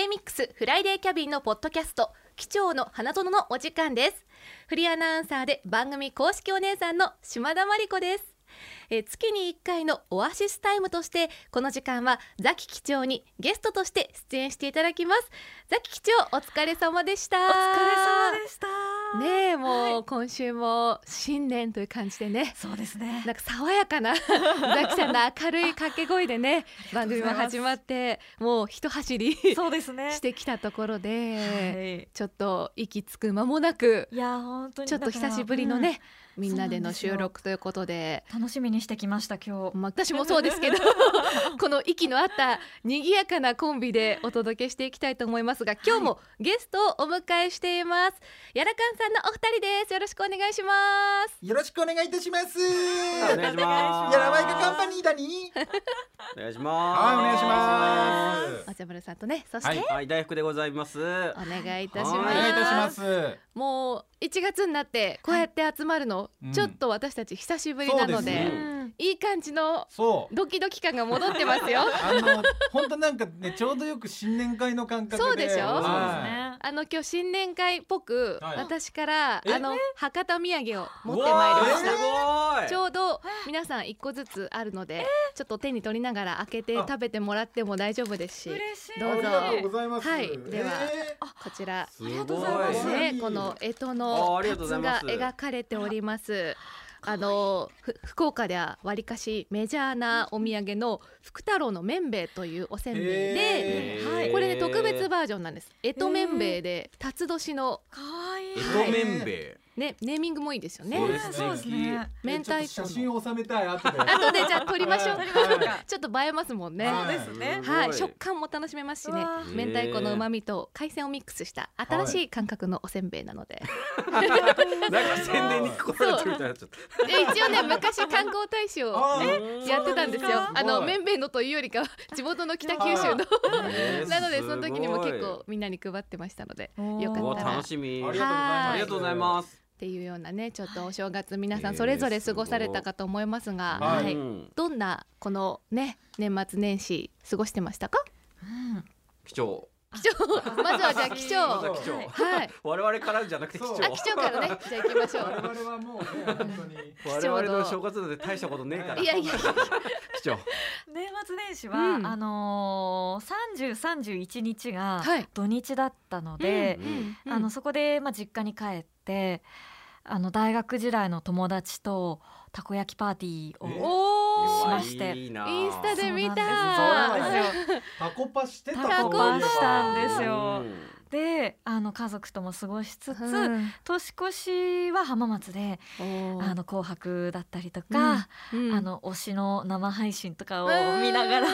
K-MIX フライデーキャビンのポッドキャスト機長の花園のお時間ですフリーアナウンサーで番組公式お姉さんの島田真理子ですえー月に1回のオアシスタイムとしてこの時間はザキ機長にゲストとして出演していただきますザキ機長お疲れ様でしたおお疲れ様でした。ねえもう、今週も新年という感じでね そうで すね。なんか爽やかなザキさんの明るい掛け声でね番組も始まってもう一走りそうですね。してきたところで、はいちょっと息つく間もなくいや本当にちょっと久しぶりの、ね、みんなでのそうなんですよ収録ということで。だからうん楽しみにしてきました今日。まあ、私もそうですけ どこの息の合った賑やかなコンビでお届けしていきたいと思いますが今日もゲストをお迎えしています、やらかんさんのお二人ですよろしくお願いしますよろしくお願いいた します。おや願いします。らまいかカンパニーだに。お願いします。はい、お願いします。松丸さんとねそして、はいはい、大福でございます。お願いいたしおます願いいたします。もう1月になってこうやって集まるの、うんちょっと私たち久しぶりなのそうでですねいい感じのそう。ドキドキ感が戻ってます よあの、本当なんかね、ちょうどよく新年会の感覚で。そうでしょそうですはあの今日新年会っぽく、はい私からえあの博多土産を持ってまいりましうわたわーすちょうど皆さん1個ずつあるのでちょっと手に取りながら開けて食べてもらっても大丈夫ですし嬉しい。どい。うぞありがとうございます。はいではえーこちらごい。ありがとうございますすはねいこの干支あのありがとうございつまがす描かれております。あのふ福岡ではわりかしメジャーなお土産の福太郎の麺兵衛というおせんべいで、へーはい、これね特別バージョンなんです。えと麺兵衛で辰年の可愛いえい。とめんべねネーミングもいいですよねそう。ねそうですね。明太子のちょっと写真を収めたい後 で。あとでじゃあ撮りましょうは。いちょっと映えますもんね。そはうですねい。はい、すご食感も楽しめますしうねわー明太子の旨味と海鮮をミックスした新しい感覚のおせんべいなので、い。なんか宣伝に来られてるみたいになっちゃっで一応ね昔観光大使をあーた。やってたんですよそうなんですかあのすごいめんべいのというよりかは地元の北九州のえーなのでその時にも結。す構みんなに配ってましたのでおーよごいうかっわたらっ楽しみ。ありはがいありがととううござございいま。ますす。ていうようなねちょっとお正月皆さえんーそれぞれ過ごされたかと思いますが、はいはうい、んどんなこのね年末年始過ごしてましたかうん貴重。貴重 まずはじゃあ 貴重まずはは貴重はいい我々からじゃなくて貴そう重。あ貴重からねじゃあ行きましょ 我う々はもう、ね、本当に。我重々の正月なんて大したことねえから。いやいや貴重。年末年始は、うんあの三十三十一日がはい土日だったので、うんあのそこでまあ実家に帰って。あの大学時代の友達とたこ焼きパーティーをえおしーましていいなインスタで見たそうなんですよタコパしてたタコパしたんですようんであの家族とも過ごしつつ、うん年越しは浜松で「おーあの紅白」だったりとか、うんあの推しの生配信とかをうん見ながら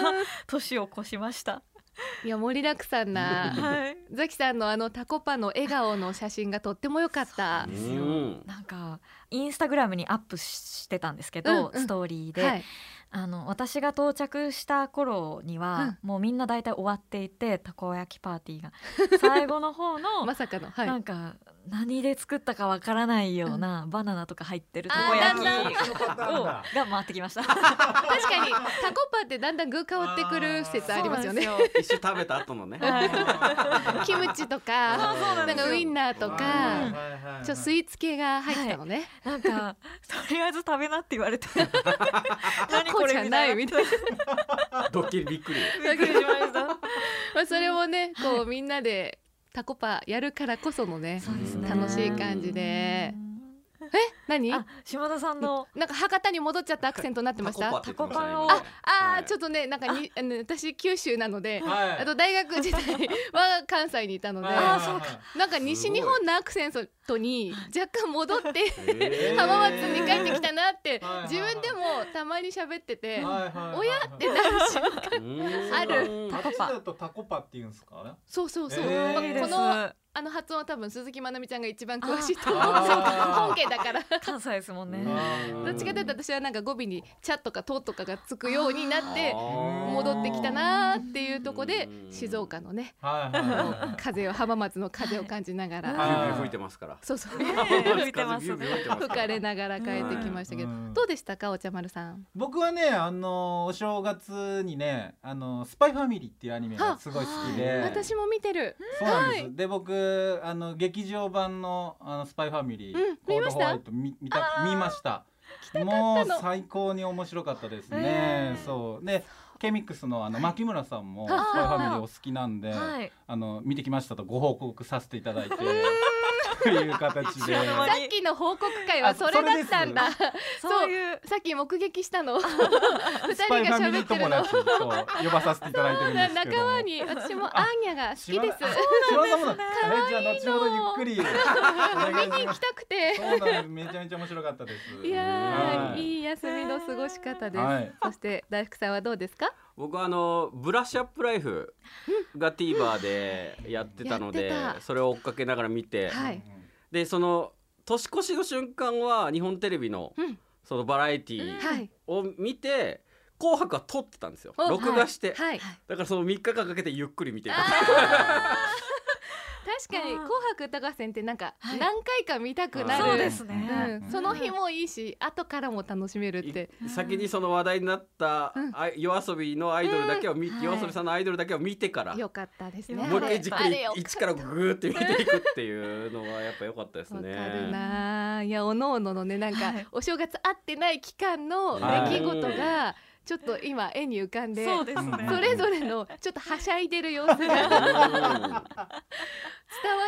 年を越しました。 いや盛りだくさんなはい、ザキさんのあのタコパの笑顔の写真がとっても良かったで。すようんなんかインスタグラムにアップしてたんですけど、うんうんストーリーで、はい、あの私が到着した頃には、もうみんな大体終わっていてたこ焼きパーテ ィーが最後の方の、まさかの、はい、なんか何で作ったかわからないような、バナナとか入ってるたこあ焼ーきだんだんをが回ってきま した。確かにタコパってだんだん具変わってくる説ありますよね。そうなんで一緒食べた後のね。すよ。はいキムチとあか、ーそなうなんんでかすよウインナーとか、ちょっとスイーーツ系が入ってたのね。なんかとりあえず食べなって言わ れて何こうじゃないみみたた いな。ドッキリびっくり。いなびっくりしましたまあそれもね、こうみんなでタコパやるからこそのね、そうですね楽しい感じで。え、何？あ島田さんのなんか博多に戻っちゃったアクセントになってました。あタコパタコパをあー、はいちょっとね、なんかに、あの私九州なので、はいあと大学時代は関西にいたので、あーそうかなんか西日本のアクセントに若干戻ってって言ってましたね今浜松に帰ってきたなってはい自分でもたまに喋ってて親でなん しう んあるタコパだとタコパって言うんですかそうそうそう、えーまあいいですこのあの発音は多分鈴木まなみちゃんが一番詳しいと思うあー本家だから関西で すもんね。どっちかというと私はなんか語尾に「ちゃ」とか「と」とかがつくようになって戻ってきたなーっていうとこでうん静岡のねはいは風を浜松の風を感じながら、ビュービュー吹いてますからそうそう吹いてますね風ビュービュー吹いてます吹からかれながら帰ってきましたけど、うんどうでしたかお茶丸さん。僕はねあのお正月にねあのスパイファミリーっていうアニメがすごい好きで、私も見てる。そうなんです。はで僕あの劇場版のあのスパイファミリー、うんコ見ーまドしホたワイト見見た見ました。もう最高に面白かったですね。えーそうでケミックスのあの牧村さんもスパイファミリーお好きなんで、はい。あの見てきましたとご報告させていただいてという形で。さっきの報告会はあそれだったんだ。そういう さっき目撃した の。二スパイ人フがァミ喋リーって友るの。達と呼ばさせていただいてるんでなすけど仲間に私もアーニャが好きです。 そうなんですね。じゃあ後ほどゆっくりお願い見にし行まきす。たくて。そうなんです。めちゃめちゃ面白かったです。いやはーいいい休みの過ごし方です。はいそして大福さんはどうですか。僕はあのブラッシュアップライフが TVer でやってたのでやってたそれを追っかけながら見て、はい。でその年越しの瞬間は日本テレビのうんそのバラエティはい。を見て「紅白」は撮ってたんですよお録画して、はい。だからその3日間かけてゆっくり見てる 確かにあー紅白歌合戦ってなんかはい何回か見たくなある、ーそうですうね。ん、その日もいいし後からも楽しめるってい先にその話題になった、うんあ夜遊びのアイドルだけを見、うんはい夜遊びさんのアイドルだけを見てから、よかったですねもう一回じっくありれよ一からグーって見ていくっていうのはやっぱ良かったですわかね。るなあいやおのおののねなんか、はいお正月会ってない期間の出来事がちょっと今絵に浮かんでそうですうんね。それぞれのちょっとはしゃいでる様 子が伝わ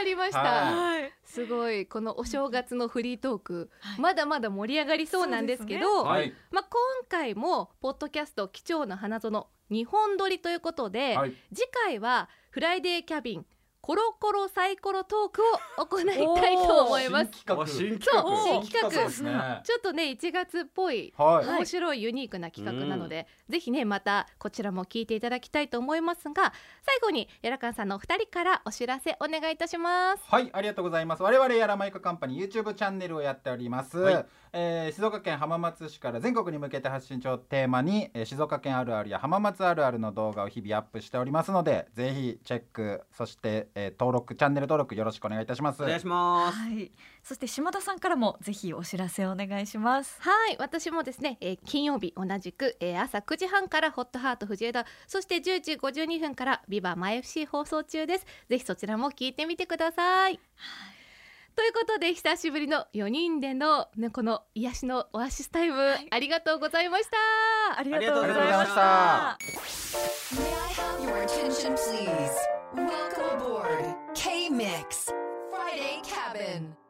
りました、ははい。すごいこのお正月のフリートーク、はいまだまだ盛り上がりそうなんですけどそうですねはいまあ、今回もポッドキャスト「貴重な花園」2本撮りということで、はい。次回は「フライデーキャビンコロコロサイコロトーク」を行いたいと思います。新あ新企企画そう画。新企で画すね。はちょっとね1月っぽいい。面白いユニークな企画なので、ぜひねまたこちらも聞いていただきたいと思いますが最後にやらかんさんのお二人からお知らせお願いいたします。はい、ありがとうございます。我々やらまいこカンパニー YouTube チャンネルをやっております。はいえー静岡県浜松市から全国に向けて発信をテーマに、えー静岡県あるあるや浜松あるあるの動画を日々アップしておりますので、ぜひチェック、そして、えー登録チャンネル登録よろしくお願いいたします。お願いします。はい。そして島田さんからもぜひお知らせお願いします。はい私もですね、えー金曜日同じく、えー朝9時半からホットハート藤枝そして10時52分からビバマイ FC 放送中ですぜひそちらも聞いてみてくださいということで久しぶりの4人での、ね、この癒しのオアシスタイム、ありがとうございましたありがとうございありがとうございままししたた。 May I have your attention, please? Welcome aboard K Mix Friday Cabin.